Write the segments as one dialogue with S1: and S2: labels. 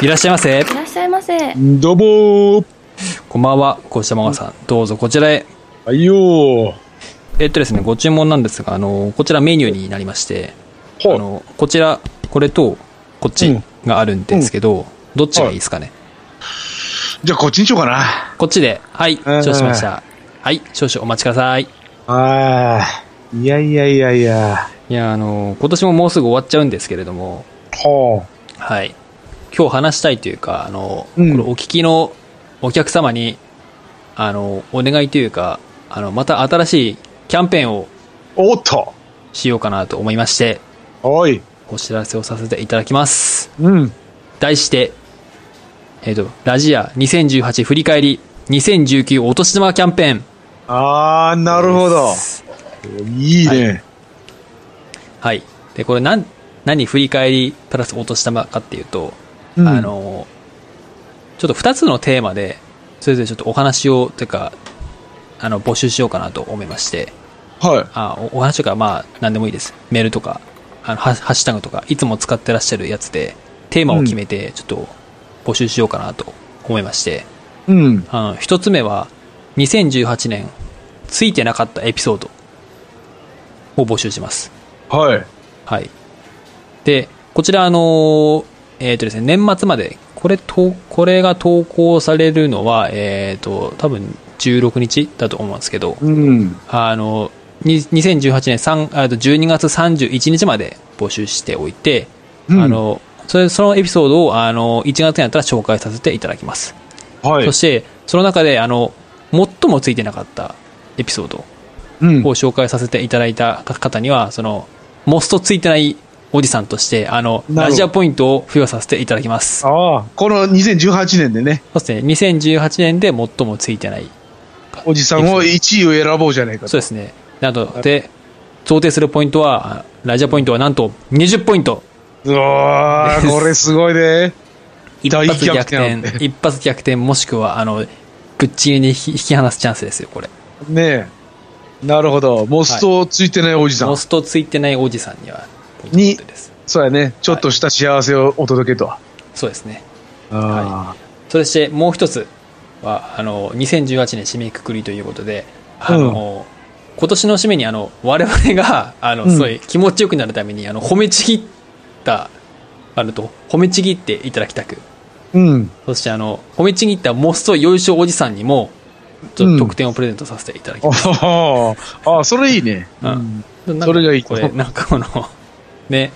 S1: いらっしゃいませ。
S2: いらっしゃいませ。
S3: どうもー
S1: こんばんは、こうしたままさん。どうぞこちらへ。
S3: はいよーは
S1: えっとですね、ご注文なんですが、あの、こちらメニューになりまして、あ
S3: い
S1: の、こちら、これと、こっちがあるんですけど、どっちがいいですかね。
S3: じゃあこっちにしようかな。
S1: こっちで、はい、
S3: うん
S1: 承知しました。はい、少々お待ちください。
S3: あー。いやいやいやいや。
S1: いや、あの、今年ももうすぐ終わっちゃうんですけれども、
S3: は
S1: はい。今日話したいというか、あの、
S3: うん
S1: これお聞きのお客様に、あの、お願いというか、あの、また新しいキャンペーンを
S3: あ。おっと。
S1: しようかなと思いまして、
S3: おい。
S1: お知らせをさせていただきます。
S3: うん。
S1: 題して、えっ、と、ラジア2018振り返り2019お年玉キャンペーン。
S3: あー、なるほど。いいね。
S1: はい。で、これなん、何振り返りプラスお年玉かっていうと、
S3: うん
S1: あの、ちょっと2つのテーマで、それぞれちょっとお話を、というか、あの、募集しようかなと思いまして、
S3: はい。
S1: あおお話とか、まあ、何でもいいです。メールとか、あのハハッシュタグとか、いつも使ってらっしゃるやつで、テーマを決めて、ちょっと募集しようかなと思いまして、
S3: うん。
S1: あの、一つ目は、2018年、ついてなかったエピソードを募集します。
S3: はい。
S1: はい。で、こちら、あのーえっ、とですね、年末まで、これと、これが投稿されるのは、えっ、と、多分16日だと思うんですけど、
S3: うん。
S1: あの、に2018年三あと12月31日まで募集しておいて、
S3: うん
S1: あの、それ、そのエピソードを、あの、1月になったら紹介させていただきます。
S3: はい
S1: そし。て、その中で、あの、最もついてなかったエピソード
S3: うん
S1: を紹介させていただいた方には、その、モストついてないおじさんとして、あの、
S3: なるほど
S1: ラジアポイントを付与させていただきます。
S3: ああ。この2018年でね、
S1: そして、2018年で最もついてない。
S3: おじさんを1位を選ぼうじゃないか
S1: そ
S3: と。
S1: うですね。などで、贈呈するポイントは、あラジアポイントはなんと20ポイント。
S3: うわー、これすごいね。
S1: 一
S3: 大
S1: 発逆
S3: 逆転
S1: 転、一発逆転、もしくは、あの、ぐっちりに引き引き離すチャンスですよ、これ。
S3: ねえ。なるほど。モストついてないおじさん。
S1: モストついてないおじさんには、ポイント贈呈です。
S3: そうやね。ちょっとした幸せをお届けと。
S1: そうですね。
S3: あ
S1: それしてもう一つはあの2018年締めくくりということであの、今年の締めにあの我々があの、
S3: うん
S1: すごい気持ちよくなるためにあの褒めちぎったあのと褒めちぎっていただきたく
S3: ーうん。
S1: そしてあの褒めちぎったモストよいしょおじさんにもちょっ
S3: うん
S1: と特典をプレゼントさせていただき
S3: お
S1: ます、
S3: ーあー、それいいね。
S1: うんなんか
S3: それがいい
S1: これなんかこのね、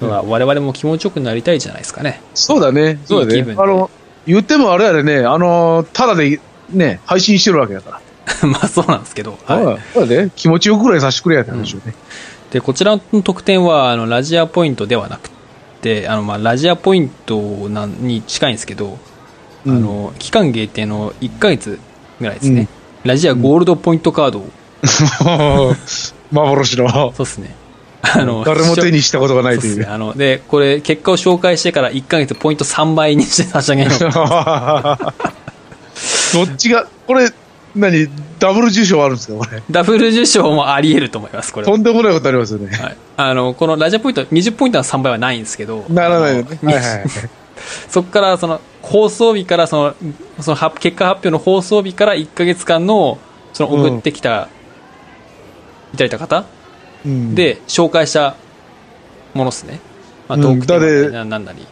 S1: まあ我々も気持ちよくなりたいじゃないですかね
S3: そうだね。そうだ
S1: いい気
S3: ね
S1: 分。で
S3: あの、言ってもあれやでね、あの、ただで、ね、配信してるわけだか
S1: まあそうなんですけど、
S3: ら。
S1: はい
S3: うんそうだね。気持ちよくぐらいさせてくれやって話よね。
S1: で、こちらの特典は、あの、ラジアポイントではなくて、あの、まあ、ラジアポイントなんに近いんですけど、
S3: うん
S1: あの、期間限定の1ヶ月ぐらいですね。ラジアゴールドポイントカードを、
S3: 幻の。
S1: そうですね。 あの、
S3: 誰も手にしたことがな
S1: そ
S3: い
S1: う
S3: と
S1: で
S3: い
S1: すね。
S3: う。
S1: あの、で、これ、結果を紹介してから1ヶ月ポイント3倍にして差し上げよう
S3: どっちが、これ、何、ダブル受賞あるんですかこれ。
S1: ダブル受賞もあり得ると思います、これは
S3: と。んでもないことありますよね。
S1: はい、あの、このラジアポイント、20ポイントは3倍はないんですけど、
S3: ならないよね。
S1: あの
S3: はいはい。
S1: そこからその放送日からそのその発結果発表の放送日から1ヶ月間のその送ってきた、いただいた方
S3: うん、
S1: で紹介したものですね、まあ、
S3: うん
S1: トークテーマなり
S3: だ
S1: ななんなり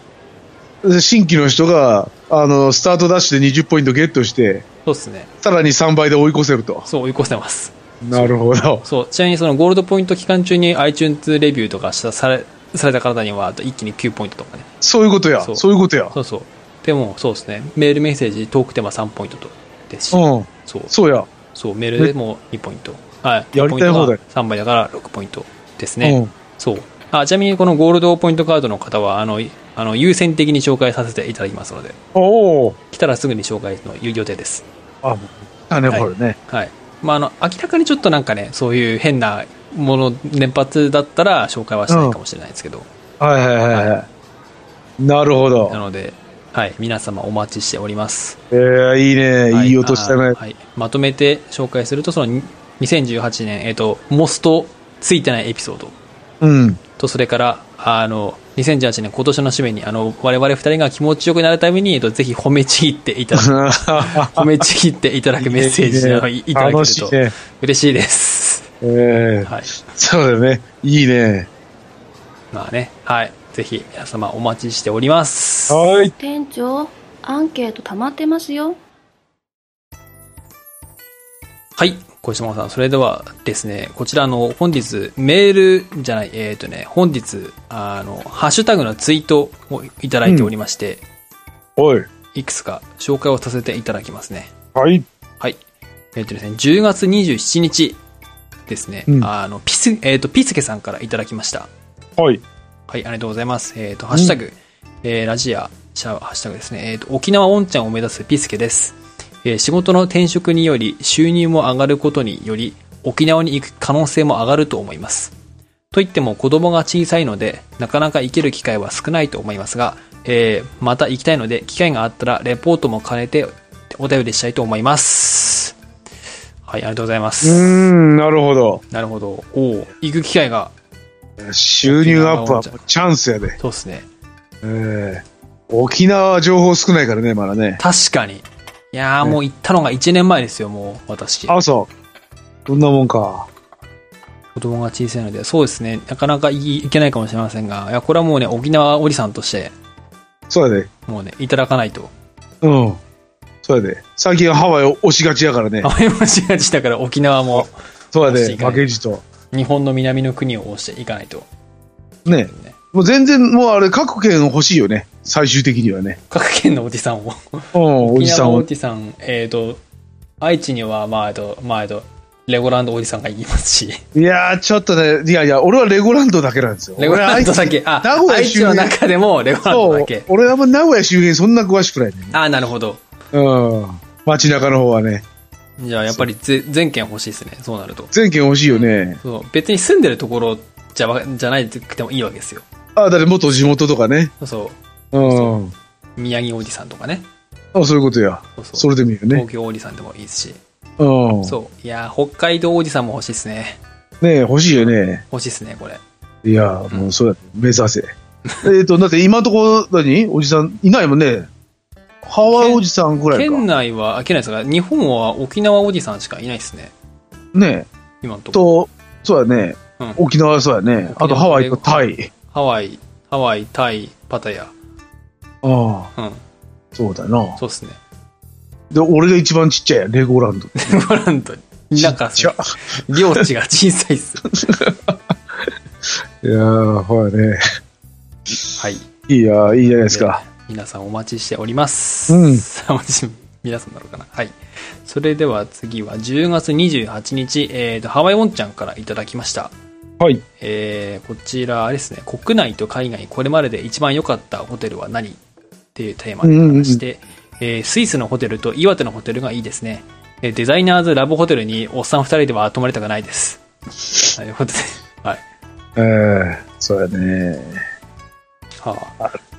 S3: 新規の人が、あの、スタートダッシュで20ポイントゲットして、
S1: そうですね
S3: さらに3倍で追い越せると。
S1: そう追い越せます
S3: なるほど。
S1: そうちなみにそのゴールドポイント期間中に iTunes レビューとかしたされされた方にはあと一気に9ポイントとかね
S3: そういうことや。
S1: そ
S3: そうういうことや。
S1: そうそうでもそうですねメールメッセージトークテーマ3ポイントとですし、
S3: うん。
S1: そう
S3: そうや。
S1: そう、メールでも2ポイント。はい。
S3: やりたい放題
S1: 3倍だから6ポイントですね。
S3: うん
S1: そう。あ、ちなみにこのゴールドポイントカードの方は、あの、いあの優先的に紹介させていただきますので、
S3: おお。
S1: 来たらすぐに紹介の予定です。
S3: あ、だね、
S1: はい
S3: これね。
S1: はい。まあ、あの、明らかにちょっとなんかね、そういう変なもの、連発だったら紹介はしないかもしれないですけど、
S3: はいはいはいはい。なるほ
S1: な
S3: ど。
S1: ので、はい。皆様お待ちしております。
S3: えー、いい
S1: は
S3: ね。いい音した
S1: あ
S3: ね。
S1: はい。まとめて紹介すると、その2018年、えっ、と、モストついてないエピソード。
S3: うん。
S1: と、それから、あの、2018年今年の締めに、あの、我々二人が気持ちよくなるために、えっと、ぜひ褒めちぎっていただ く、褒めちぎっていただ くメッセージをいいただけ
S3: 楽
S1: る
S3: し
S1: と
S3: いね。
S1: 嬉しいです。
S3: ええ
S1: はい。
S3: そうだよね。いいね。
S1: まあね、はい。ぜひ皆様お待ちしております。
S3: はい。
S2: 店長アンケート溜まってますよ
S1: はい。小島さん、それではですね、こちらの本日、メールじゃない、えっ、とね、本日、あの、ハッシュタグのツイートをいただいておりまして、
S3: おい。
S1: いくつか紹介をさせていただきますね。
S3: はい。
S1: はい。えっ、とですね、10月27日ですね、
S3: うん
S1: あの、ピス、えっ、と、ピスケさんからいただきました。
S3: はい。
S1: はい、ありがとうございます。えっ、と、ハッシュタグ、えーラジア、シャワー、ハッシュタグですね。えっ、と、沖縄オンちゃんを目指すピスケです。えー仕事の転職により、収入も上がることにより、沖縄に行く可能性も上がると思います。といっても子供が小さいので、なかなか行ける機会は少ないと思いますが、えーまた行きたいので、機会があったら、レポートも兼ねて、お便りしたいと思います。はい、ありがとうございま
S3: うー
S1: す。
S3: ん、なるほど。
S1: なるほど。おお行く機会が、
S3: 収入アップはチャンスやで。
S1: そうですね。
S3: ええ沖縄は情報少ないからね、まだね。
S1: 確かに。いやー、
S3: ね
S1: もう行ったのが1年前ですよ、もう、私。子
S3: あ、そう。どんなもんか。
S1: 供が小さいので、そうですね、なかなかい行けないかもしれませんが、いや、これはもうね、沖縄おりさんとして、
S3: そうやで。
S1: もうね、いただかないと。
S3: うん。そうやで。最近はハワイを押しがちやからね
S1: あ。まり間違えてたから、沖縄も、
S3: そうや
S1: 押して
S3: で。
S1: いかない
S3: 負けじと。
S1: 日本の南の国を押していかないと。
S3: ね。もう全然、もうあれ、各県欲しいよね。最終的にはね。
S1: 各県のおじさんを。
S3: うん、おじさん
S1: 沖縄のお
S3: を。
S1: じさん、えっ、と、愛知には、まあ、えっと、まあ、えっと、レゴランドおじさんがいますし、
S3: いやー、ちょっとね、いやいや、俺はレゴランドだけなんですよ。
S1: レゴランドだけ、
S3: 俺
S1: あ
S3: は、名古屋
S1: 愛知
S3: 周
S1: の
S3: 辺。
S1: 中でもレゴランド
S3: そ
S1: だ
S3: う
S1: け。。
S3: 俺はあんま名古屋周辺そんな詳しくないね。
S1: ああ、なるほど。
S3: うん。街中の方はね。
S1: じゃあ、やっぱりぜ全県欲しいですね、そうなると。
S3: 全県欲しいよね。
S1: そう別に住んでるところじゃわじゃないくてもいいわけですよ
S3: ああ、だって元地元とかね。
S1: そうそ
S3: うん。
S1: う宮城おじさんとかね
S3: あそういうことや。
S1: そうそう
S3: それでもいいよね。
S1: 東京おじさんでもいいですし、
S3: うん。
S1: そういやー北海道おじさんも欲しいですね
S3: ねえ欲しいよね。
S1: 欲しいですねこれ
S3: いや、もうそうや、目指せ。えっと、だって今のところ、何おじさん、いないもんね。ハワイおじさんぐらいか
S1: 県。内はあ県内ですが日本は沖縄おじさんしかいないですね
S3: ね
S1: 今のと
S3: え。、
S1: こと
S3: そうやね。
S1: うん
S3: 沖縄はそうやね。あとハワイとタイ。
S1: ハワイハワイタイパタヤ
S3: ああ、
S1: うん
S3: そうだな。
S1: そうですね
S3: で、俺が一番ちっちゃいや、レゴランド。
S1: レゴランドなんか
S3: ちっち
S1: そ
S3: ゃ
S1: の領地が小さいっす
S3: いやー、ほらね。
S1: はい
S3: いいや、いいじゃないですか。
S1: 皆さんお待ちしております。
S3: うん
S1: お待ち皆さんなのかな。はい。それでは次は10月28日、えーと、ハワイオンちゃんからいただきました。
S3: はい。
S1: えーこちらあれですね、国内と海外、これまでで一番良かったホテルは何っていうテーマで話して、えースイスのホテルと岩手のホテルがいいですね。えーデザイナーズラブホテルにおっさん二人では泊まりたくないです。ということで、 はい。
S3: ええ、そうやね。
S1: は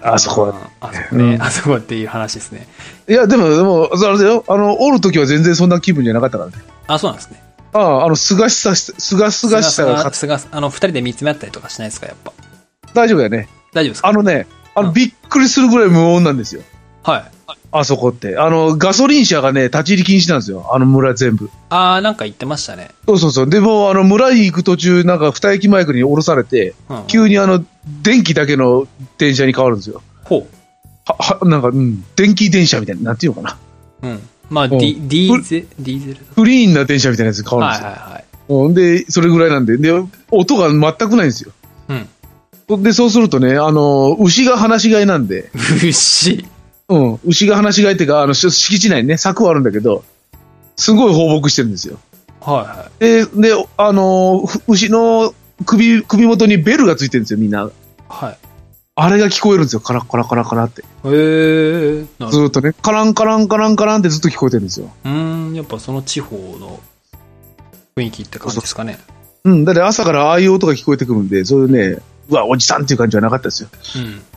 S1: あ、
S3: あそこは
S1: あそこね、
S3: うん
S1: あそこっていう話ですね。
S3: いや、でも、でも、あれだよ。あの、おるときは全然そんな気分じゃなかったからね。
S1: あ、そうなんですね。
S3: ああ、あの、すがしさ、すがすがしさが勝つ。
S1: すがすがあの、二人で見つめ合ったりとかしないですか、やっぱ。
S3: 大丈夫だよね。
S1: 大丈夫です
S3: あ
S1: か
S3: のね、あ
S1: う
S3: の、
S1: ん
S3: びっくりするぐらい無音なんですよ。
S1: はい。
S3: あそこって。あの、ガソリン車がね、立ち入り禁止なんですよ。あの村全部。
S1: あー、なんか言ってましたね。
S3: そうそうそう。でも、あの、村に行く途中、なんか、二駅前くらいに降ろされて、
S1: うん。
S3: 急にあの、電気だけの電車に変わるんですよ。
S1: ほ
S3: は、は、なんか、うん、電気電車みたいな、なんていうのかな。
S1: う。うん。まあ、
S3: ん
S1: ディディーゼ、ディーゼルだ
S3: クリーンな電車みたいなやつに変わるん
S1: はい
S3: です
S1: はいはい。
S3: よ。うんで、それぐらいなんで。で、音が全くないんですよ。
S1: うん。
S3: で、そうするとね、あの、牛が放し飼いなんで、
S1: 牛。
S3: うん、牛が放し飼いっていうか、あの、し敷地内にね、柵はあるんだけど、すごい放牧してるんですよ。
S1: はいは
S3: で、で、あの、ふ牛の首、首元にベルがついてるんですよ、みんな。
S1: い。はい。
S3: あれが聞こえるんですよ、カラッカラッカラッカラって。
S1: へー。なる
S3: ずーっとね、カランカランカランカランってずっと聞こえてるんですよ。
S1: うーん、やっぱその地方の雰囲気って感じですかね。
S3: うん、だって朝からああいう音が聞こえてくるんで、そういうね、うわ、おじさんっていう感じはなかったですよ。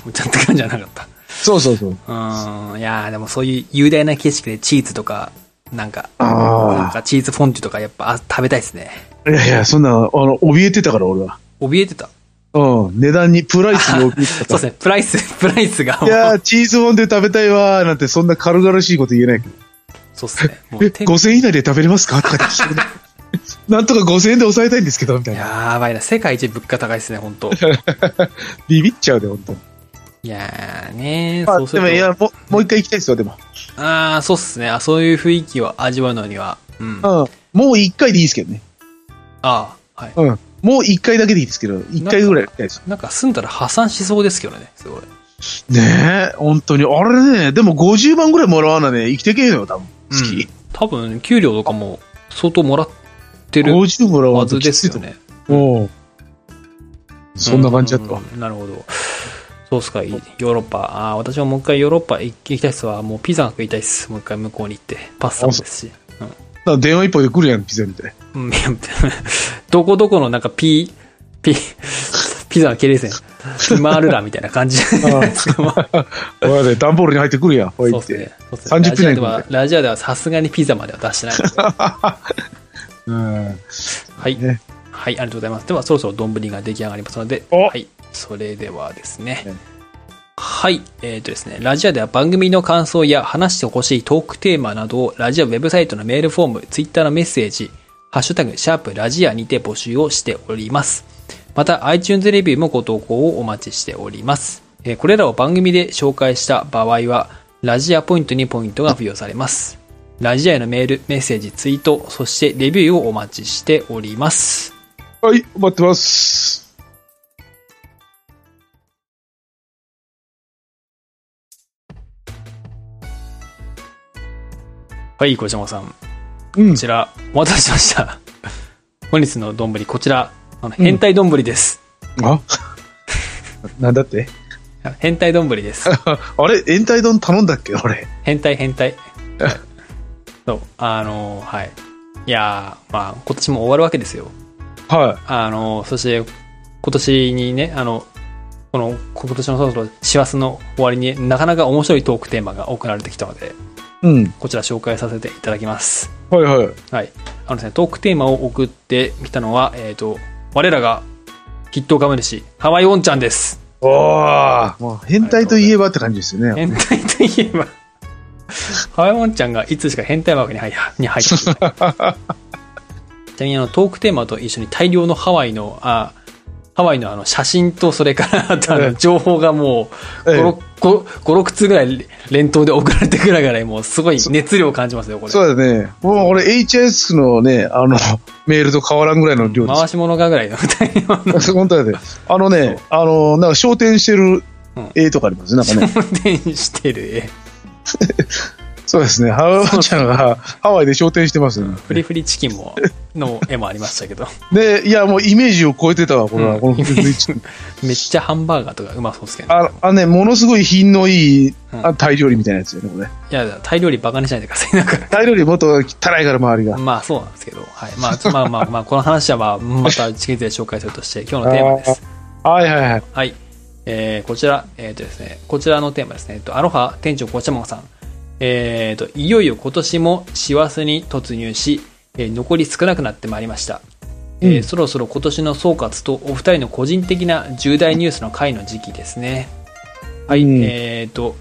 S1: うん。ちゃんと感じじゃなかった。
S3: そうそうそう。
S1: うーん。いやー、でもそういう雄大な景色でチーズとか、なんか、なん
S3: あ
S1: かチーズフォンデュとかやっぱあ食べたいですね。
S3: あ。いやいや、そんな、あの、怯えてたから俺は。
S1: 怯えてた。
S3: うん、値段に、プライスに大きいか
S1: そうで
S3: っ
S1: すね、プライス、 プライスが
S3: た。
S1: も、
S3: いう やー、チーズフォンデ食べたいわーなんて、そんな軽々しいこと言えないけど。
S1: そうですね。も
S3: え、
S1: う天
S3: 5000円以内で食べれますかとかって聞くね なんとか5000円で抑えたいんですけど、みたいな。
S1: やばいな、世界一物価高いですね、本 当
S3: ビビっちゃうで、本当に。
S1: いやーね
S3: まあ、
S1: そうす
S3: で
S1: る
S3: も、
S1: と。
S3: いや、もう、もう一回行きたいですよ、でも。
S1: ああ、そうっすね。あそういう雰囲気を味わうのには。うん。
S3: うん
S1: あ。
S3: もう一回でいいですけどね。
S1: あー、はい。
S3: うん。もう一回だけでいいですけど、一回ぐらい行きたいです。
S1: なんか住んだら破産しそうですけどね、すごい。
S3: ねえ、本当に。あれね、でも50万ぐらいもらわなね、生きてけえのよ、多分。
S1: うん
S3: 月。
S1: 多分、給料とかも相当もらってる
S3: 50もらわ
S1: は
S3: んと
S1: ず
S3: き
S1: です
S3: ついと
S1: よ
S3: 思う。
S1: ね。
S3: おうそんな感じだったわ。
S1: うんなるほど。そうっすか、ヨーロッパ。ああ、私はもう一回ヨーロッパ行きたいっすわ。もうピザが食いたいっす。もう一回向こうに行って。パスタもですし。
S3: だから電話一本で来るやん、ピザみたいな。
S1: うん、いやどこどこのなんかピー、ピー、ピザの系列店、ピマールラみたいな感じ。
S3: おいで段ボールに入ってくるやん、おい
S1: そうで
S3: っ
S1: すね
S3: て。。
S1: そうっすね
S3: 30分
S1: ラ
S3: 以内に
S1: ジオでは、ラジオではさすがにピザまでは出してないので。
S3: うん。
S1: はい、
S3: ね
S1: はい、ありがとうございます。では、そろそろ丼が出来上がりますので、
S3: お
S1: はい、それではですね。
S3: ね
S1: はい。えっ、とですね、ラジオでは番組の感想や話してほしいトークテーマなどをラジオウェブサイトのメールフォーム、ツイッターのメッセージ、ハッシュタグ、シャープラジアにて募集をしております。また、iTunes レビューもご投稿をお待ちしております。えーこれらを番組で紹介した場合は、ラジアポイントにポイントが付与されます。ラジアへのメール、メッセージ、ツイート、そしてレビューをお待ちしております。
S3: はい、待ってます。
S1: はい、小島さん。
S3: うん
S1: こ。ちら、お待たせしました。本日の丼、こちら、あの変態丼です。
S3: あ なんだって
S1: 変態丼です。
S3: あれ延滞丼頼んだっけ俺。
S1: 変態、変態。そう、あの、はい。いやー、まあ、今年も終わるわけですよ。
S3: は
S1: あの、そして、今年にね、あの、この、今年のそろそろ、師走の終わりになかなか面白いトークテーマが送られてきたので、
S3: い。うん。
S1: こちら紹介させていただきます。
S3: はいはい。
S1: はい。あのですね、トークテーマを送ってきたのは、えっ、と、我らが筆頭株主、ハワイオンちゃんです。
S3: おーもう変態といえばって感じですよね。
S1: 変態といえ ば、ハワイオンちゃんがいつしか変態枠に入に入って くるちなみにあの、トークテーマと一緒に大量のハワイの、あハワイのあの写真とそれからあとあ
S3: え
S1: の
S3: え
S1: 情報がもう
S3: ええ
S1: 5、6 5 6通ぐらい連投で送られてくるぐらいもうすごい熱量を感じますよ、これ。
S3: そうだね。もう俺 HS のね、あ の、メールと変わらんぐらいの量で
S1: 回し物がぐらいの 大量の
S3: す。 本当だね。あのね、あの、なんか焦点してる
S1: うん
S3: 絵とかありますね。なんかね。
S1: 運転してる絵。
S3: そうですね。ハワイちゃんがハワイで焦点してますね。
S1: フリフリチキンも、の絵もありましたけど、
S3: で、いや、もうイメージを超えてたわ、これ
S1: うん
S3: は。この
S1: めっちゃハンバーガーとかうまそうっすけど、ね、
S3: ああのね、ものすごい品のいい
S1: うん
S3: あタイ料理みたいなやつよね、これ。
S1: いや、タイ料理バカにしないでください。なんか、
S3: タイ料理もっと汚いから、周りが。
S1: まあそうなんですけど、はい。まあ、まあまあまあ、この話はまあ、またチキンで紹介するとして、今日のテーマです。
S3: はいはいはい。
S1: はい。えー、こちら、えっ、とですね、こちらのテーマですね、えっと、アロハ店長こちゃまさん。えっ、と、いよいよ今年も師走に突入し、えー残り少なくなってまいりました。えー
S3: うん
S1: そろそろ今年の総括とお二人の個人的な重大ニュースの回の時期ですね。はい、
S3: うん
S1: えっ、と、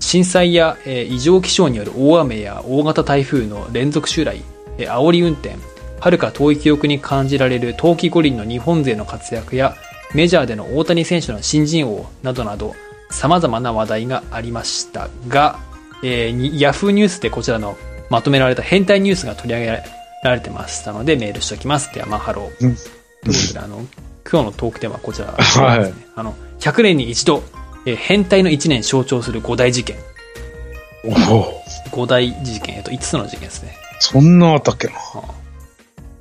S1: 震災や、えー異常気象による大雨や大型台風の連続襲来、えー煽り運転、遥か遠い記憶に感じられる冬季五輪の日本勢の活躍や、メジャーでの大谷選手の新人王などなど、様々な話題がありましたが、えーに、ヤフーニュースでこちらのまとめられた変態ニュースが取り上げられてましたので、メールしておきます。では、マハロー。と
S3: う
S1: いうんことで、あの、今日のトークテーマはこちらですね。
S3: はい
S1: あの、100年に一度、えー変態の1年象徴する5大事件。
S3: おお
S1: 5大事件、えっと、5つの事件ですね。
S3: そんなあったっけな。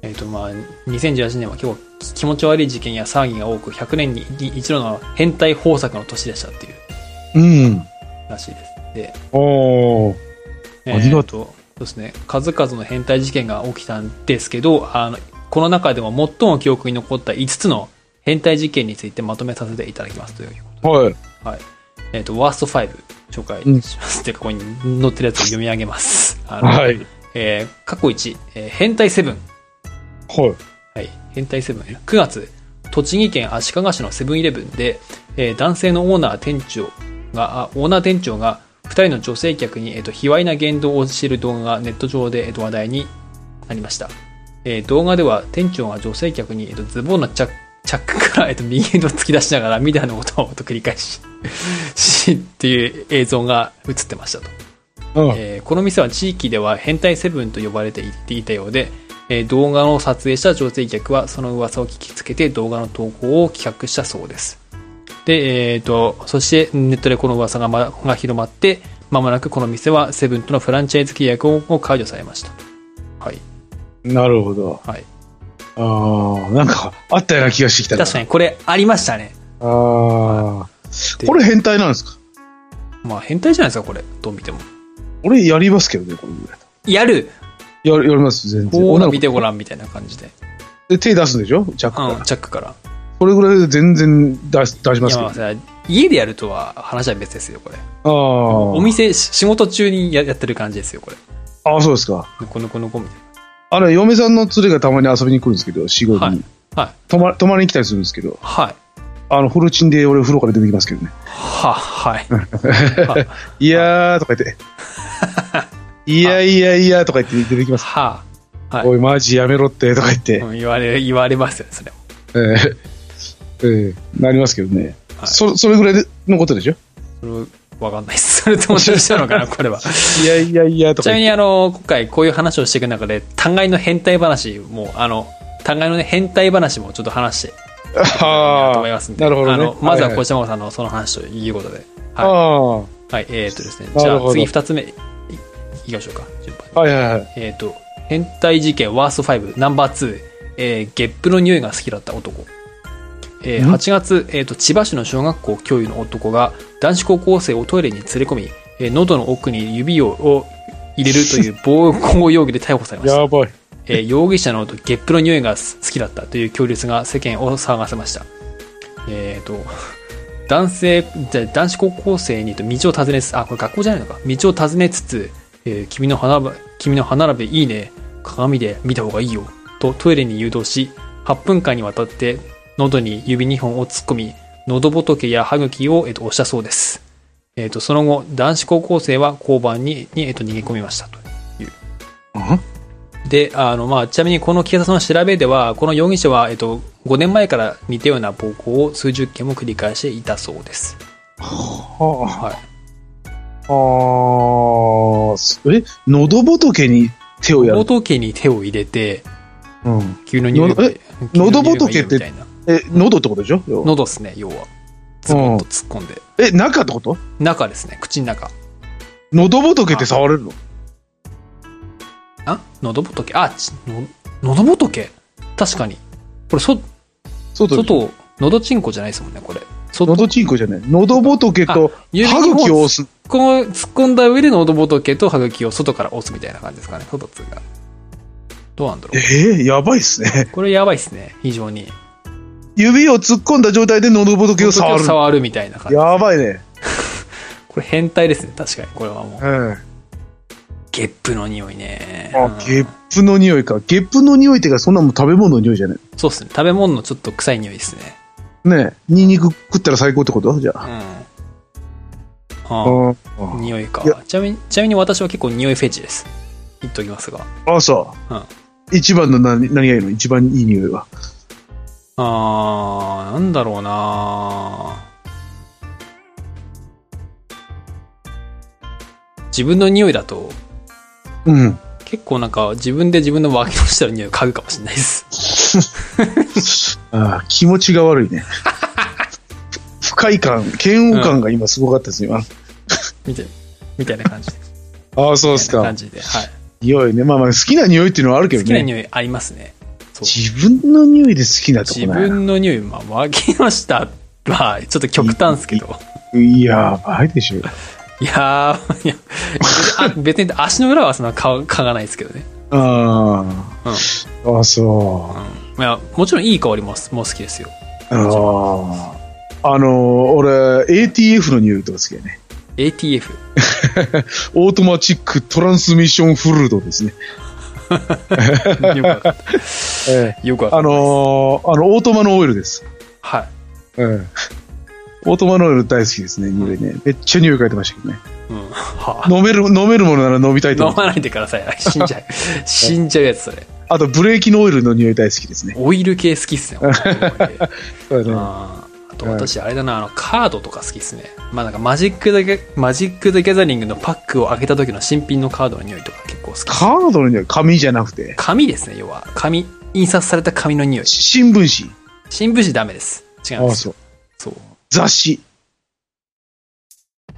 S1: えっと、まあ、2018年は結構気持ち悪い事件や騒ぎが多く、100年に一度の変態豊作の年でしたっていう
S3: うん。
S1: らしいです。で、
S3: おお
S1: え
S3: ありが
S1: とう。そうですね。数々の変態事件が起きたんですけど、あの、この中でも最も記憶に残った5つの変態事件についてまとめさせていただきますという
S3: はい。
S1: はい。えっ、と、ワースト5紹介します。で、ここに載ってるやつを読み上げます。あの
S3: はい。はい。
S1: えー過去1、えー変態セブン。はい。変態セブン。9月、栃木県足利市のセブンイレブンで、えー男性のオーナー店長が、あオーナー店長が2人の女性客に、えーと卑猥な言動をしている動画がネット上で、えーと話題になりました。えー動画では店長が女性客に、えーとズボンのチャチャックから、えーと右へと突き出しながらみたいなことをと繰り返し しっていう映像が映ってましたと。
S3: うん。
S1: えーこの店は地域では変態セブンと呼ばれていたようで、えー動画を撮影した女性客はその噂を聞きつけて動画の投稿を企画したそうですで、えー、とそしてネットでこの噂が,、ま、が広まってまもなくこの店はセブンとのフランチャイズ契約を解除されましたはい
S3: なるほど。
S1: はい
S3: ああ、なんか、あったような気がしてきたな。
S1: 確かにこれありましたね
S3: ああ。これ変態なんですか
S1: まあ変態じゃないですかこれどう見ても
S3: 俺やりますけどね、これぐらい。
S1: やる
S3: やるやります、全然。
S1: ほら
S3: 女の子
S1: 見てごらんみたいな感じで、
S3: で手出すんでしょジャックから
S1: うん、チャックから
S3: これぐらいで全然出し出しま
S1: い
S3: す
S1: やま
S3: けど
S1: あ。さ家でやるとは話は別ですよこれ
S3: ああ。
S1: お店、し仕事中にややってる感じですよ、これ。
S3: ああ、そうですか。
S1: ぬこぬこぬこみたいな。
S3: あの、嫁さんの連れがたまに遊びに来るんですけど、仕事に。
S1: はいはい
S3: 泊ま泊まりに来たりするんですけど、
S1: はい。
S3: あの、フルチンで俺風呂から出てきますけどね。
S1: は、 はい。
S3: いやーと か言って。いやいやいやとか言って出てきます。
S1: は、はい
S3: おい、マジやめろってとか言って。
S1: うん言われ、言われますよね、それも。
S3: えーえーなりますけどね。
S1: はい
S3: そそれぐらいのことでしょ
S1: それ、わかんないです。そ れともどうしたのかな、これ は。
S3: いやいやいやと
S1: ち
S3: か
S1: なみ
S3: 言って。
S1: に、あの、今回こういう話をしていく中で、互いの変態話も、あの、互いのね、変態話もちょっと話していきたい
S3: あ
S1: と
S3: あ
S1: 思いますんで、
S3: なるほど
S1: あ
S3: ね。
S1: の、まずは
S3: はい
S1: 小
S3: はい
S1: 島さんのその話ということで。
S3: あ
S1: は。
S3: あ。はい
S1: はい、えーっとですね。
S3: な
S1: じ
S3: る
S1: ゃ
S3: ほ
S1: あ、
S3: ど
S1: 次2つ目、いいきましょうか、順番に。
S3: いはいはい。
S1: えっ、と、変態事件ワースト5ナンバー2、えーゲップの匂いが好きだった男。えー
S3: ん
S1: 8月、えーと、千葉市の小学校教諭の男が男子高校生をトイレに連れ込み、えー喉の奥に指をを入れるという暴行容疑で逮捕されました。
S3: やばい。
S1: えー容疑者のゲップの匂いが好きだったという供述が世間を騒がせました。えっ、と、男性、じゃ男子高校生にと道を尋ねつつ、あ、これ学校じゃないのか。道を尋ねつつ、えー君の花ば、君の歯並びいいね。鏡で見た方がいいよ。とトイレに誘導し、8分間にわたって喉に指2本を突っ込み、喉仏や歯茎を、えーと押したそうです。えっ、と、その後、男子高校生は交番に、にえーと逃げ込みましたと。で、あの、まあ、ちなみにこの警察の調べでは、この容疑者は、えっと、5年前から似たような暴行を数十件も繰り返していたそうです。
S3: はあ
S1: はい。
S3: ああ、すえ、喉仏に手をやる。
S1: 喉家に手を入れて、
S3: うん、
S1: 急の匂いが
S3: のえ
S1: 急の匂いが
S3: 喉仏って
S1: いいよみたいな
S3: え、喉ってことでしょ要は
S1: 喉ですね、要は。ズボンと突っ込んで。
S3: え、中ってこと
S1: 中ですね、口の中。
S3: 喉仏って触れるの
S1: あ喉仏あ、ちの喉仏確かに。これ、そ、
S3: 外に
S1: 外、喉チンコじゃないですもんね、これ。外、
S3: 喉チンコじゃない。喉仏と
S1: 指
S3: 歯
S1: 2本
S3: 茎を押す。
S1: こう突っ込んだ上で喉仏と歯茎を外から押すみたいな感じですかね、外っつうか。どうなんだろ
S3: え
S1: う。
S3: ー、やばいっすね。
S1: これやばいっすね、非常に。
S3: 指を突っ込んだ状態で喉仏を触
S1: 仏
S3: る。
S1: 触るみたいな感じ。
S3: やばいね。
S1: これ変態ですね、確かに。これはもう。
S3: うん。あ、
S1: ゲップの匂いね。うん
S3: ゲップの匂いか。ゲップの匂いってか、そんなもん食べ物の匂いじゃない。
S1: そうっすね。食べ物のちょっと臭い匂いですね。
S3: ねえ、ニンニク食ったら最高ってことじゃ
S1: うん。
S3: あ。あ
S1: は
S3: ー
S1: あ、匂いか
S3: いや
S1: ちなみに。ちなみに私は結構匂いフェチです。言っときますが。
S3: あー、そう。
S1: うん
S3: 一番の何何がいいの一番いい匂いは。
S1: あー、なんだろうな自分の匂いだと、
S3: うん。
S1: 結構なんか自分で自分の脇の下の匂いを嗅ぐかもしれないです。
S3: ああ、気持ちが悪いね。 不快感、嫌悪感が今すごかったです、今。
S1: みたいな、みたいな感じで。
S3: ああ、そうで
S1: み
S3: す
S1: たいな
S3: か
S1: 感。じで。はい。
S3: 匂いね。まあまあ、好きな匂いっていうのはあるけ
S1: 好
S3: ど
S1: きな
S3: ね。
S1: 匂いありますね。そう
S3: 自分の匂いで好きなとこ
S1: 自
S3: ね。
S1: 分の匂い、まあ脇の下はちょっと極端ですけど。
S3: いやばいでしょ。
S1: いやー、いや、あ別に足の裏はそんな嗅嗅がないですけどね。
S3: あ
S1: うん
S3: あ、ああ、そう。
S1: うん。いや、もちろんいい香りもすもう好きですよ。
S3: ああ。あの、俺、ATF の匂いとか好きやね。
S1: ATF。
S3: オートマチックトランスミッションフルードですね。
S1: よくわかった
S3: ええ
S1: よくわか
S3: あ
S1: んないです
S3: のーあの、オートマのオイルです。
S1: はい。
S3: うん。オートマノール大好きですね、匂いね。めっちゃ匂い嗅いでましたけどね。
S1: うん。は
S3: 飲める、飲めるものなら飲みたいと
S1: あ、飲
S3: 思う。
S1: まないでください。死ん じゃう。死んじゃうやつ、それ。
S3: あと、ブレーキのオイルの匂い大好きですね。
S1: オイル系好きっすね。本当に
S3: そうだね。
S1: あーあと私、あれだな、あの、カードとか好きっすね。まあなんかマジックだけ、マジック・ザ・ギャザリングのパックを開けた時の新品のカードの匂いとか結構好き。
S3: カードの匂い、紙じゃなくて、
S1: 紙ですね、要は。紙、印刷された紙の匂い。
S3: 新聞
S1: 新聞紙ダメです。違うん
S3: 紙。あ
S1: で
S3: あ、
S1: す
S3: そ
S1: よ。
S3: う。
S1: そう。
S3: 雑誌。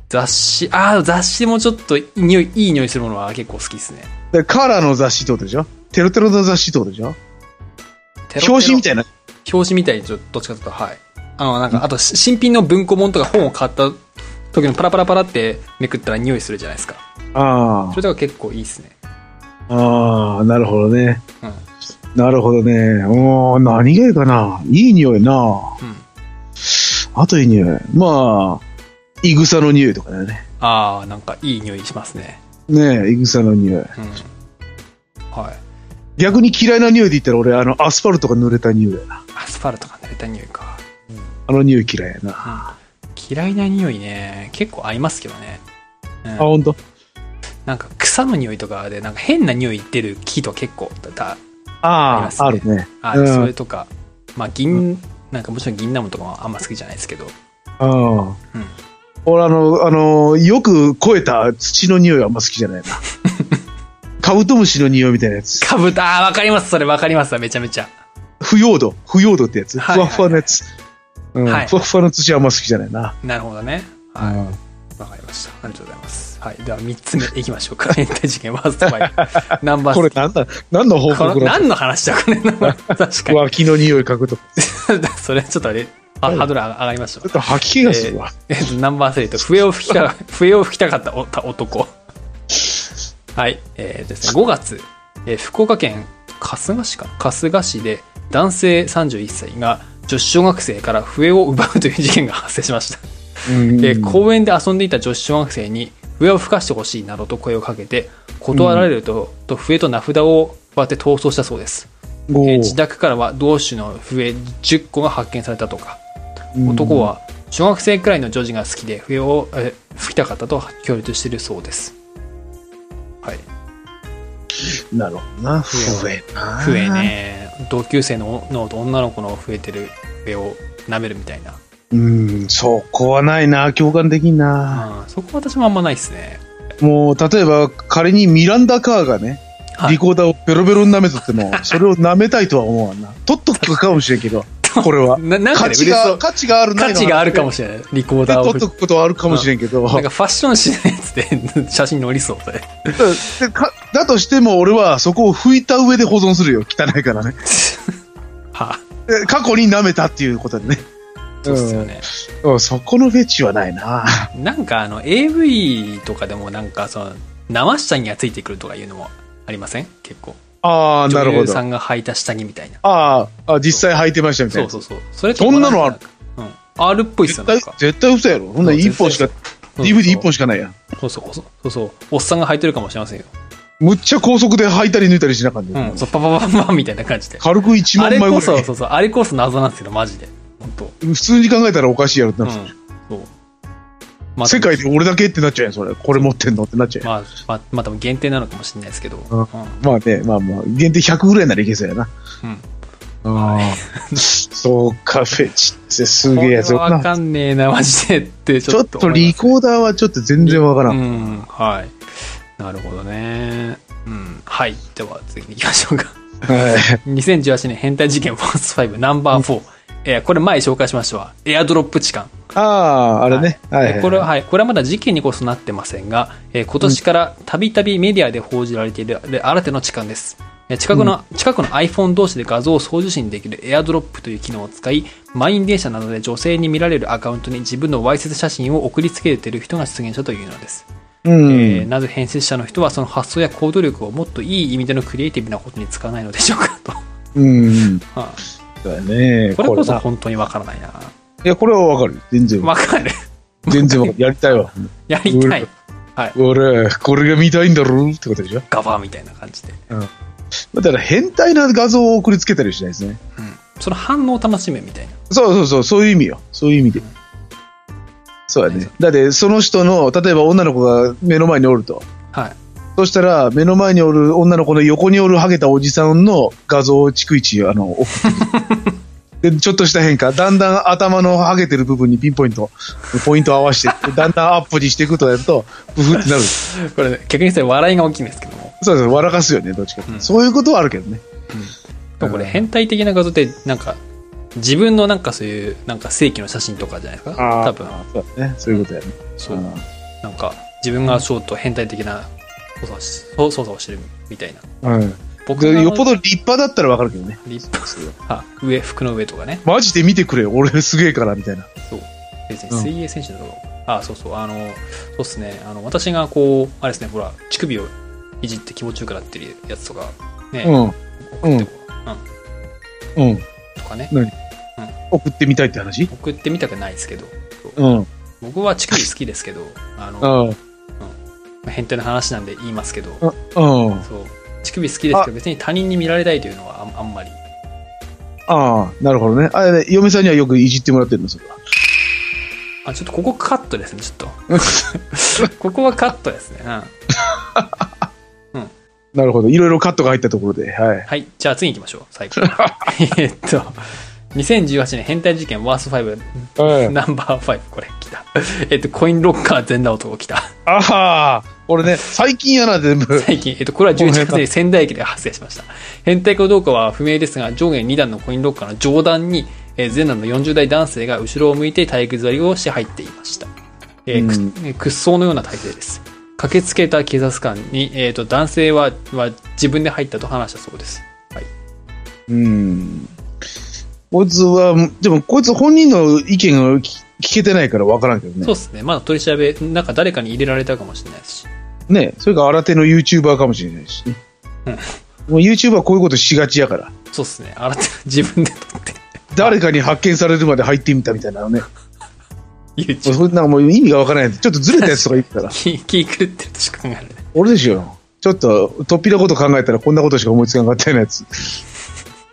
S1: 雑誌、ああ、雑誌もちょっと匂い、いい匂いするものは結構好きですね。
S3: でカラーの雑誌ってことでしょテロテロの雑誌ってことでしょ
S1: テロテロ
S3: 表紙みたいな。
S1: 表紙みたいにちょっとどっちかというと、はい。あの、なんか、あと、し新品の文庫本とか本を買った時のパラパラパラってめくったら匂いするじゃないですか。
S3: あ
S1: それとか結構いいですね。
S3: あ、ああ、なるほどね。
S1: うん。
S3: なるほどね。おー何がいいかな。いい匂いな。
S1: うん。
S3: あといい匂い。まあ、イグサの匂いとかだよね。
S1: ああ、なんかいい匂いしますね。
S3: ねえ、イグサの匂い。
S1: うん。はい。
S3: 逆に嫌いな匂いで言ったら俺、あの、アスファルトが濡れた匂いやな。
S1: アスファルトが濡れた匂いか。
S3: あの匂い嫌いやな。
S1: 嫌いな匂いね、結構合いますけどね。うん
S3: あ、ほんと
S1: なんか草の匂いとかで、なんか変な匂い出る木とか結構だだあり
S3: あ
S1: ます
S3: あ、
S1: ね
S3: あるね。
S1: あ、
S3: うん
S1: それとか、まあ銀、なんかもちろん銀ナムとかはあんま好きじゃないですけど、
S3: うん。
S1: うん
S3: 俺、あの、あの、よく肥えた土の匂いはあんま好きじゃ ないな。カブトムシの匂いみたいなやつ。
S1: かぶた、あーわかります、それわかります、めちゃめちゃ。
S3: 腐葉土。腐葉土ってやつ。
S1: はい
S3: ふ
S1: はい
S3: わふわのやつ。うん
S1: はい
S3: ふわふわの土はあんま好きじゃないな。
S1: なるほどね。
S3: う
S1: はい。
S3: ん
S1: わかりました。ありがとうございます。はい。では、3つ目いきましょうか。変態事件ワースト5。ナンバー
S3: これなんだ、何の報
S1: この
S3: 告な
S1: 何の話だこれ 確か
S3: の脇の匂い嗅ぐと。ち
S1: に それちょっとあれあハードル上がりまし
S3: ょったと吐き気がするわ。
S1: えっとナンバースリーと笛を吹き た笛を吹きたかったおた男はいえーですね5月、えー福岡県春日市か春日市で男性31歳が女子小学生から笛を奪うという事件が発生しました
S3: うん
S1: えー公園で遊んでいた女子小学生に笛を吹かしてほしいなどと声をかけて断られると,、と笛と名札を割って逃走したそうです
S3: お
S1: えー
S3: ー
S1: 自宅からは同種の笛10個が発見されたとか
S3: うん
S1: 男は小学生くらいの女児が好きで笛を、えー吹きたかったと供述しているそうですはい
S3: なるほどな。
S1: 笛は
S3: 増えな。
S1: 笛。ね同級生のの女の子の増えてる笛を舐めるみたいな、
S3: うん、そこはないな。共感できんな。
S1: うんそこは私もあんまないですね
S3: もう、例えば、仮にミランダカーがね、
S1: はい
S3: リコーダーをベロベロに舐めとっ ても、それを舐めたいとは思わんな。取っとくかもしれんけど、これは。
S1: ななんか
S3: 価
S1: ね
S3: 値
S1: 嬉しそう
S3: が、価値があるない
S1: 価
S3: の
S1: 値があるかもしれないリコー
S3: で
S1: ダーを
S3: 取っとくことはあるかもしれんけど、
S1: なんかファッション誌のやつで 写真載りそうで。
S3: でかだとしても俺はそこを拭いた上で保存するよ。汚いからね。
S1: は
S3: で過去に舐めたっていうことでね。
S1: そうっすよね。
S3: うんそこのフェチはないな。
S1: なんかあの AV とかでもなんかその生下着がついてくるとかいうのもありません結構。
S3: ああ、なる
S1: 女
S3: ほ
S1: 優
S3: ど。
S1: さ
S3: あ
S1: んが履いた下着みたいな。
S3: ああ、実際履いてましたみたい
S1: そう
S3: な。
S1: そうそう。それ
S3: そんなのある
S1: るうん。あるっぽいっすよ
S3: 絶
S1: ね。な
S3: 対
S1: んか、
S3: 絶対嘘やろ。そんな一本しか、
S1: そうそう
S3: DVD 一本しかないやん。
S1: そうそうそう。そうそう。おっさんが履いてるかもしれませんよ。
S3: むっちゃ高速で履いたり抜いたりしなかった
S1: う
S3: よ
S1: ん。そう、パパパパパみたいな感じで。
S3: 軽く1
S1: あ
S3: 万枚
S1: れ
S3: ぐらい
S1: こ。そ、そうそう。あれこそ謎なんですけど、マジで。本当
S3: 普通に考えたらおかしいやろって
S1: う
S3: なる、
S1: ん。そう。まあ
S3: 世界で俺だけってなっちゃうやん、それ。これ持ってんのってなっちゃうやん。
S1: まあ、まあ、まあ、多分限定なのかもしれないですけど。
S3: うん
S1: うん
S3: まあね、まあまあ、限定100ぐらいならいけそうやな。
S1: うん。
S3: あ あ。そうか、フェチってすげえやつ
S1: これはわ
S3: な。
S1: かんねえな、マジでってち
S3: ち
S1: ょ
S3: ょ
S1: っ
S3: っ
S1: と
S3: と
S1: 思い
S3: リ
S1: ます。
S3: コーダーはちょっと全然わからん。
S1: うん、はい。なるほどね。うん。はい。では、次に行きましょうか。
S3: はい
S1: 2018年変態事件ファースト5ナンバー4。えーこれ前紹介しましたわ。エアドロップ痴漢。
S3: ああ、あれね。はいはい
S1: えーこれは、はい。これはまだ事件にこそなってませんが、えー今年からたびたびメディアで報じられているで新手の痴漢です。えー近くの、近くの iPhone 同士で画像を送受信できる AirDrop という機能を使い、満員電車などで女性に見られるアカウントに自分のわいせつ写真を送りつけている人が出現したというのです。
S3: うん。
S1: えーなぜ編集者の人はその発想や行動力をもっといい意味でのクリエイティブなことに使わないのでしょうかと。
S3: うん。
S1: は
S3: だよね。
S1: いこれこそ
S3: な
S1: 本当にわからないな。
S3: いや、これはわかる。全然わ
S1: わ
S3: か
S1: かる。
S3: る。全然わかる。やりたいわ。
S1: やりたい。
S3: 俺、これが見たいんだろうってことでしょ
S1: ガバーみたいな感じで。
S3: うんだから変態な画像を送りつけたりはしないですね。
S1: その反応を楽しめみたいな。
S3: そうそうそう、そういう意味よ。そういう意味で。そうやね。だって、その人の、例えば女の子が目の前におると。
S1: はい。
S3: そしたら、目の前におる女の子の横におるハゲたおじさんの画像を逐一、あの、送ってくるで、ちょっとした変化。だんだん頭のハゲてる部分にピンポイント、ポイントを合わせていって、だんだんアップにしていくとやると、ブフってなる。
S1: これ、ね、逆にそれ笑いが大きいんですけども。
S3: そうそう、笑かすよね、どっちかって、
S1: うん
S3: そういうことはあるけどね。
S1: でもこれ変態的な画像って、なんか、自分のなんかそういう、なんか正規の写真とかじゃないですか。多分。
S3: そうだね。そういうことやね。。
S1: そううんなんか、自分がちょっと変態的な操作をし操操作をしてるみたいな。
S3: うん
S1: 僕が
S3: でよっぽど立派だったらわかるけどね。
S1: 立派あ、上、服の上とかね。
S3: マジで見てくれよ、俺すげえから、みたいな。
S1: そう。別に
S3: うん
S1: 水泳選手だろう。あ、そうそう。あの、そうっすね。あの、私がこう、あれですね、ほら、乳首をいじって気持ちよくなってるやつとか、ね、
S3: うん。うん。うん。
S1: とかね、
S3: 送ってみたいって話
S1: 送ってみたくないですけど、
S3: うん。うん。
S1: 僕は乳首好き ですけど、あの、ま
S3: うん。
S1: あ変態の話なんで言いますけど、
S3: あ
S1: そう。乳首好きですけど、別に他人に見られたいというのはあんあんまり。
S3: あ、なるほどね。あれ、嫁さんにはよくいじってもらってるの、それ は。
S1: あ、ちょっとここカットですね、ちょっ と。ここはカットですね。うん。
S3: なるほど。いろいろカットが入ったところで。はい。
S1: はい、じゃあ次行きましょう、最 後。えっと、2018年変態事件ワースト5、
S3: はい
S1: ナンバー5、これ来た。えっと、コインロッカー全裸男来た。
S3: ああ、俺ね、最近やな、全部。
S1: 最近、えっと、これは11月に仙台駅で発生しました。変態かどうかは不明ですが、上下2段のコインロッカーの上段に、えー、前段の40代男性が後ろを向いて体育座りをして入っていました。えーく
S3: うん
S1: えー屈葬のような体勢です。駆けつけた警察官に、えっと、男性は、は自分で入ったと話したそうです。
S3: うん。こいつは、でもこいつ本人の意見が聞聞けてないから分からんけどね
S1: そう。ですね。まだ取り調べ、なんか誰かに入れられたかもしれないですし。
S3: ね。それか新手の YouTuber かもしれないしね。
S1: うん
S3: もう YouTuber はこういうことしがちやから。
S1: そうですね。新たに自分で撮って、
S3: 誰かに発見されるまで入ってみたみたいなのね。もう
S1: YouTube
S3: そんなもう意味がわからないやつちょっとずれたやつとか 言ってたら、
S1: 気、気狂ってるとしか考えられない。
S3: 俺ですよ。ちょっと、突飛なこと考えたらこんなことしか思いつかなかったようなやつ。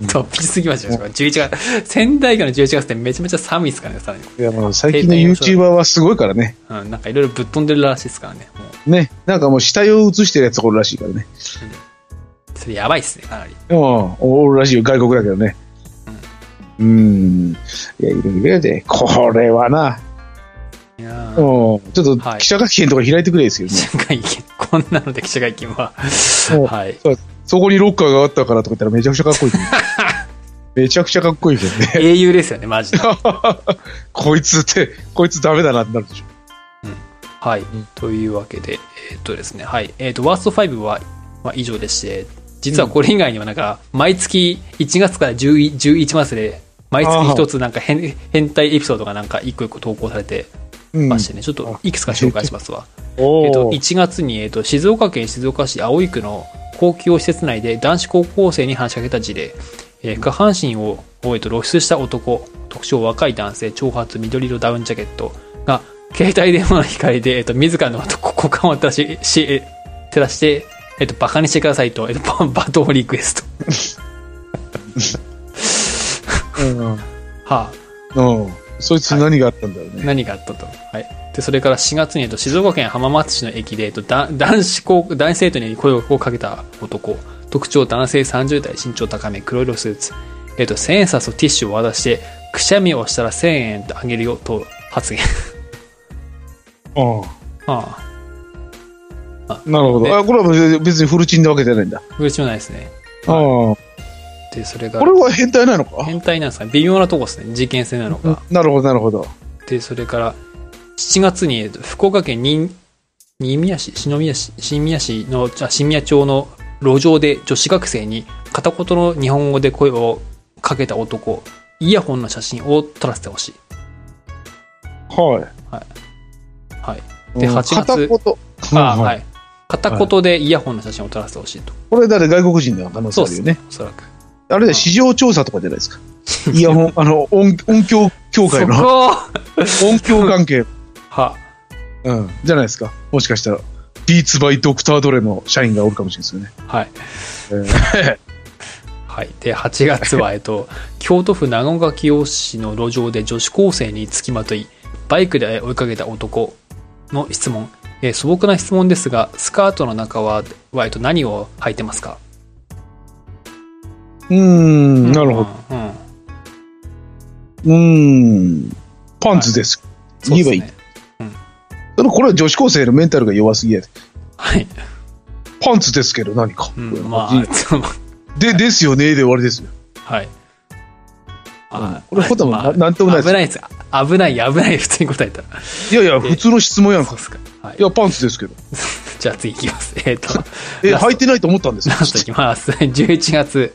S1: 突飛すぎましたよ、11月。仙台がの11月ってめちゃめちゃ寒いですからね、さらに。
S3: いや、もう最近の YouTuber はすごいからね。
S1: うん、なんかいろいろぶっ飛んでるらしいですからね。もう、
S3: ね。なんかもう死体を映してるやつおるらしいからね。
S1: それやばいっすね、かなり。
S3: うん。おるらしいよ。外国だけどね。うん。いや、いろいろやで。これはな。
S1: い
S3: うん。
S1: や
S3: ち
S1: ー
S3: ょっと
S1: はい
S3: 記者会見とか開いてくれですけど
S1: 記
S3: ね。
S1: 者会見、こんなので記者会見は。
S3: もう
S1: はい。
S3: そこにロッカーがあったからとか言ったらめちゃくちゃかっこいい けどね。めちゃくちゃかっこいいけどね。
S1: 英雄ですよね、マ ジで。
S3: こいつって、こいつダメだなってなるでしょ。
S1: はい、というわけで、えーっとですね、はい、えーっと、ワースト5は、まあ、以上でして、実はこれ以外にもなんか、毎月1月から11 11月で、毎月一つなんか変変態エピソードがなんか一個一個投稿されて
S3: うん
S1: ましてね、ちょっといくつか紹介しますわ。
S3: おー
S1: えっと、1月に、えっと、静岡県静岡市葵区の公共施設内で男子高校生に話しかけた事例、えー下半身を、えっと、露出した男特徴若い男性長髪緑色ダウンジャケットが携帯電話の光で、えっと、自らの股間を照らししえ照らして、えっと、バカにしてくださいと、えっと、バ罵倒リクエスト。
S3: うん
S1: はあ、
S3: うん。そいつ何があったんだろうね。
S1: 何があったと。はい。で、それから4月に、えっと、静岡県浜松市の駅で、えっと、だ男子高、男子生徒に声をかけた男。特徴、男性30代、身長高め、黒色スーツ。えっと、千円札とティッシュを渡して、くしゃみをしたら1000円あげるよ、と発言。
S3: う
S1: あ
S3: ん。なるほ
S1: ね
S3: ど。あ、これは別に別にフルチンなわけじゃないんだ。
S1: あ、嬉しくないですね。
S3: うん。こ
S1: で、それが、
S3: れは変態なのか
S1: 変態なんですかね微妙なとこですね。事件性なの
S3: うん
S1: か。
S3: なるほど、なるほど。
S1: で、それから、7月に、えっと福岡県新新宮市、篠宮市、新宮市の、あ新宮町の路上で女子学生に片言の日本語で声をかけた男、イヤホンの写真を撮らせてほしい。
S3: は
S1: はい。
S3: い。
S1: で
S3: うん
S1: 8月
S3: 片言。
S1: あ
S3: うん
S1: は
S3: はい
S1: い。片言でイヤホンの写真を撮らせてほしいと。
S3: これだって外国人の可能性
S1: そう
S3: あ
S1: で
S3: る
S1: す
S3: よ
S1: ね
S3: ね。。
S1: おそらく。
S3: あれだよ市場調査とかじゃな いですか。イヤホン、あの、音音響協会
S1: そこ
S3: の、音響関係、
S1: は、
S3: うん、じゃないですか。もしかしたら。ビーツバイドクタードレの社員がおるかもしれない
S1: はい。
S3: ですよね。えー
S1: はい。で、8月は、えっと、京都府長岡清市の路上で女子高生につきまとい、バイクで追いかけた男の質問。えー素朴な質問ですが、スカートの中は、はえっと、何を履いてますか
S3: うーん、なるほど。。
S1: うん。うん
S3: うーん、パンツです。言えばいい。
S1: そうですね
S3: ただこれは女子高生のメンタルが弱すぎやで。
S1: はい。
S3: パンツですけど何か。
S1: うん、まあ、その
S3: で、ですよね、で終わりですよ。
S1: はい。あ
S3: これ答えもな
S1: まあ
S3: なんともないです
S1: 危ないです。危ない、危ない、普通に答えたら。
S3: いやいや、普通の質問やん
S1: そう
S3: か
S1: っ。すか。はい
S3: い。や、パンツですけど。
S1: じゃあ次いきます。えっ、と、
S3: え、
S1: ラスト
S3: 履いてないと思ったんです
S1: ラ
S3: よ。
S1: ストいきます。11月、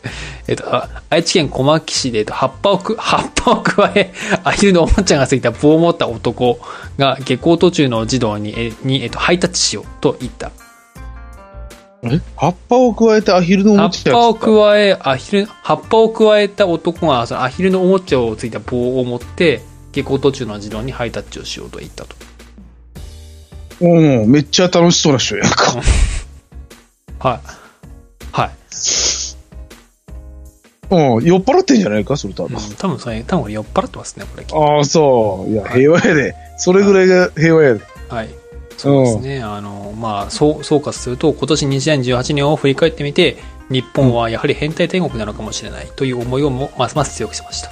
S1: えっ、と、あ愛知県小牧市で、えっと、葉っぱをく、 葉っぱを加え、アヒルのおもちゃがついた棒を持った男が下校途中の児童に、え、に、えっ、と、ハイタッチしようと言った。
S3: え葉っぱを加えてアヒルのお
S1: 葉
S3: も
S1: っ
S3: ちゃ
S1: ぱを加
S3: え
S1: え、アヒル、葉っぱを加えた男が、そのアヒルのおもちゃをついた棒を持って、下校途中の児童にハイタッチをしようと言ったと。
S3: うん、めっちゃ楽しそうな人やんか。
S1: はい。はい。
S3: うん、酔っ払ってんじゃないか、それ多分。
S1: うん、多分それ、多分酔っ払ってますね、これ。
S3: ああ、そう。いや、平和やで。それぐらいが平和やで。
S1: はい。そうですね。あの、まあ、そう、総括すると、今年2018年を振り返ってみて、日本はやはり変態天国なのかもしれないという思いをも、ますます強くしました。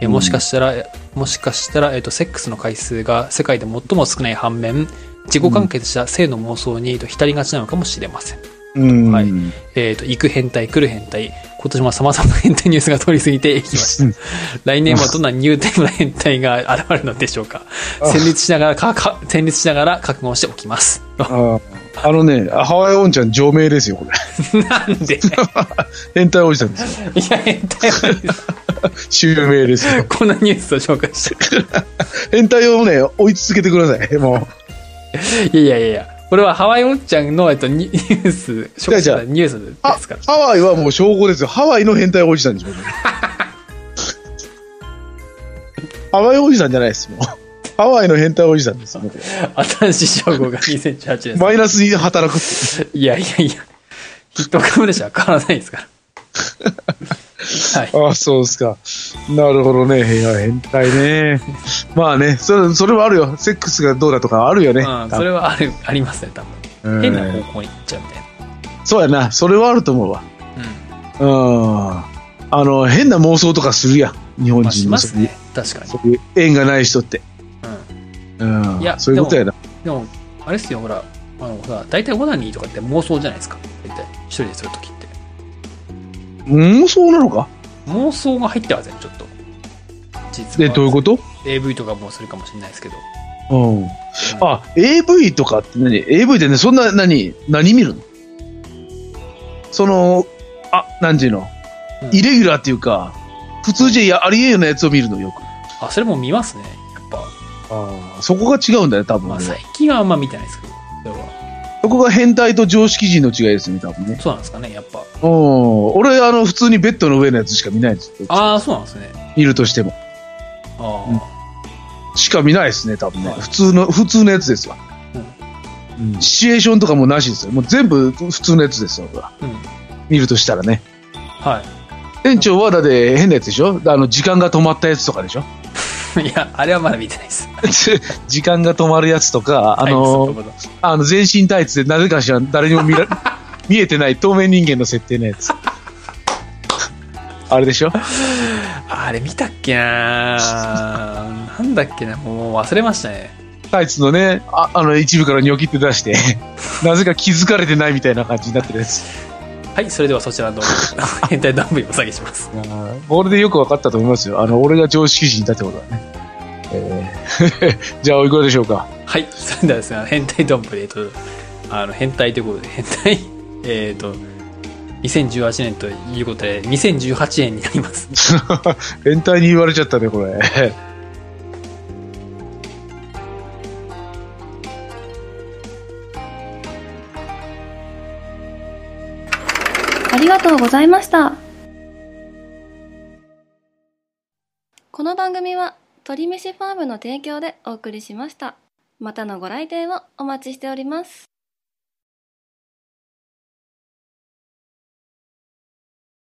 S1: えもしかしたら、えもしかしたら、えっと、セックスの回数が世界で最も少ない反面、自己完結した性の妄想にえっと浸りがちなのかもしれません。
S3: うん。
S1: はいえっ、と、行く変態、来る変態、今年も様々な変態ニュースが通り過ぎていきました。来年はどんなニューテーマな変態が現れるのでしょうか。戦慄しながら、か、か、戦慄しながら覚悟しておきます。
S3: あーあのね、ハワイオンちゃん除名ですよ、これ。
S1: なんで、い
S3: 変態おじさんですよ。
S1: や、変態は、
S3: 襲名ですよ。
S1: こんなニュースを紹介して。
S3: 変態をね、追い続けてください。も
S1: いやいやいや、これはハワイおっちゃんの、えっと、ニュース、紹介し
S3: じゃあ
S1: たニュースで
S3: う。あ
S1: すから。
S3: ハワイはもう証拠ですよ。ハワイの変態おじさ んでしょ。これハワイおじさんじゃないです、もう。ハワイの変態おじさんですよ。もう
S1: 新しい称号が2018年
S3: マイナスに働く。
S1: いやいやいや、ヒットカムでしか変わらないですから。はい。
S3: ああ、そうですか。なるほどね。いや、変態ね。まあね、それ、それはあるよ。セックスがどうだとかあるよね。
S1: うん、それはある、ありますね、多
S3: うん
S1: 分。変な方向に行っちゃうみたいな。
S3: そうやな。それはあると思うわ。
S1: うん。
S3: うん。あの、変な妄想とかするやん。日本
S1: まあ、し
S3: 人の
S1: ま
S3: そ
S1: す
S3: ういう、
S1: ね。確かに。
S3: そういう縁がない人って。うん。
S1: いや
S3: そういうことやな。
S1: でも、あれっすよ、ほら、あの、ほら、大体オナニーとかって妄想じゃないですか。大体、一人でするときって。
S3: 妄想なのか
S1: 妄想が入ってません、ちょっと。実
S3: え、
S1: は。
S3: どういうこと
S1: ?AV とかもするかもしれないですけど。
S3: うん。あ、AV とかって何 ?AV ってね、そんな、何、何見るのその、あ、何時の、
S1: うん
S3: イレギュラーっていうか、普通じゃやありえんようなやつを見るのよく。
S1: あ、それも見ますね。やっぱ、
S3: そこが違うんだよ、多分、
S1: まあ、
S3: ね
S1: 最近はあんま見てないですけど。それは。
S3: そこが変態と常識人の違いですね、多分ね。
S1: そうなんですかね、やっぱ。
S3: うん。俺、あの、普通にベッドの上のやつしか見ないんですよ。
S1: ああ、そうなんですね。
S3: 見るとしても。
S1: ああ。
S3: うんしか見ないですね、多分ね。
S1: はい
S3: 普通の、普通のやつですわ。うんシチュエーションとかもなしですよ。もう全部普通のやつですよ、僕は
S1: うん。
S3: 見るとしたらね。
S1: は
S3: 店長はだって変なやつでしょあの、時間が止まったやつとかでしょ
S1: い。いや、あれはまだ見てないです。
S3: 時間が止まるやつと か、あの、
S1: タイプスとか
S3: あの全身タイツでなぜかしら誰にも見ら、見えてない透明人間の設定のやつ。あれでしょ
S1: だあれ見たっけなーなんだっけな、もう忘れましたね。
S3: タイツのね、ああの、一部からニョキって出して、 なぜか気づかれてないみたいな感じになってるやつ。
S1: はい、それではそちら の変態ダンブリをお下げします。
S3: これでよく分かったと思いますよ。あの、俺が常識人だってことはね。えー じゃあ、おいくらでしょうか
S1: はい、それではですね、変態ダンブリ、えっと、あの、変態ということで、変態、えっ、と、2018年ということで、2018円になります。
S3: 変態に言われちゃったね、これ。
S2: ありがとうございました。この番組は鳥飯ファームの提供でお送りしました。またのご来店をお待ちしております。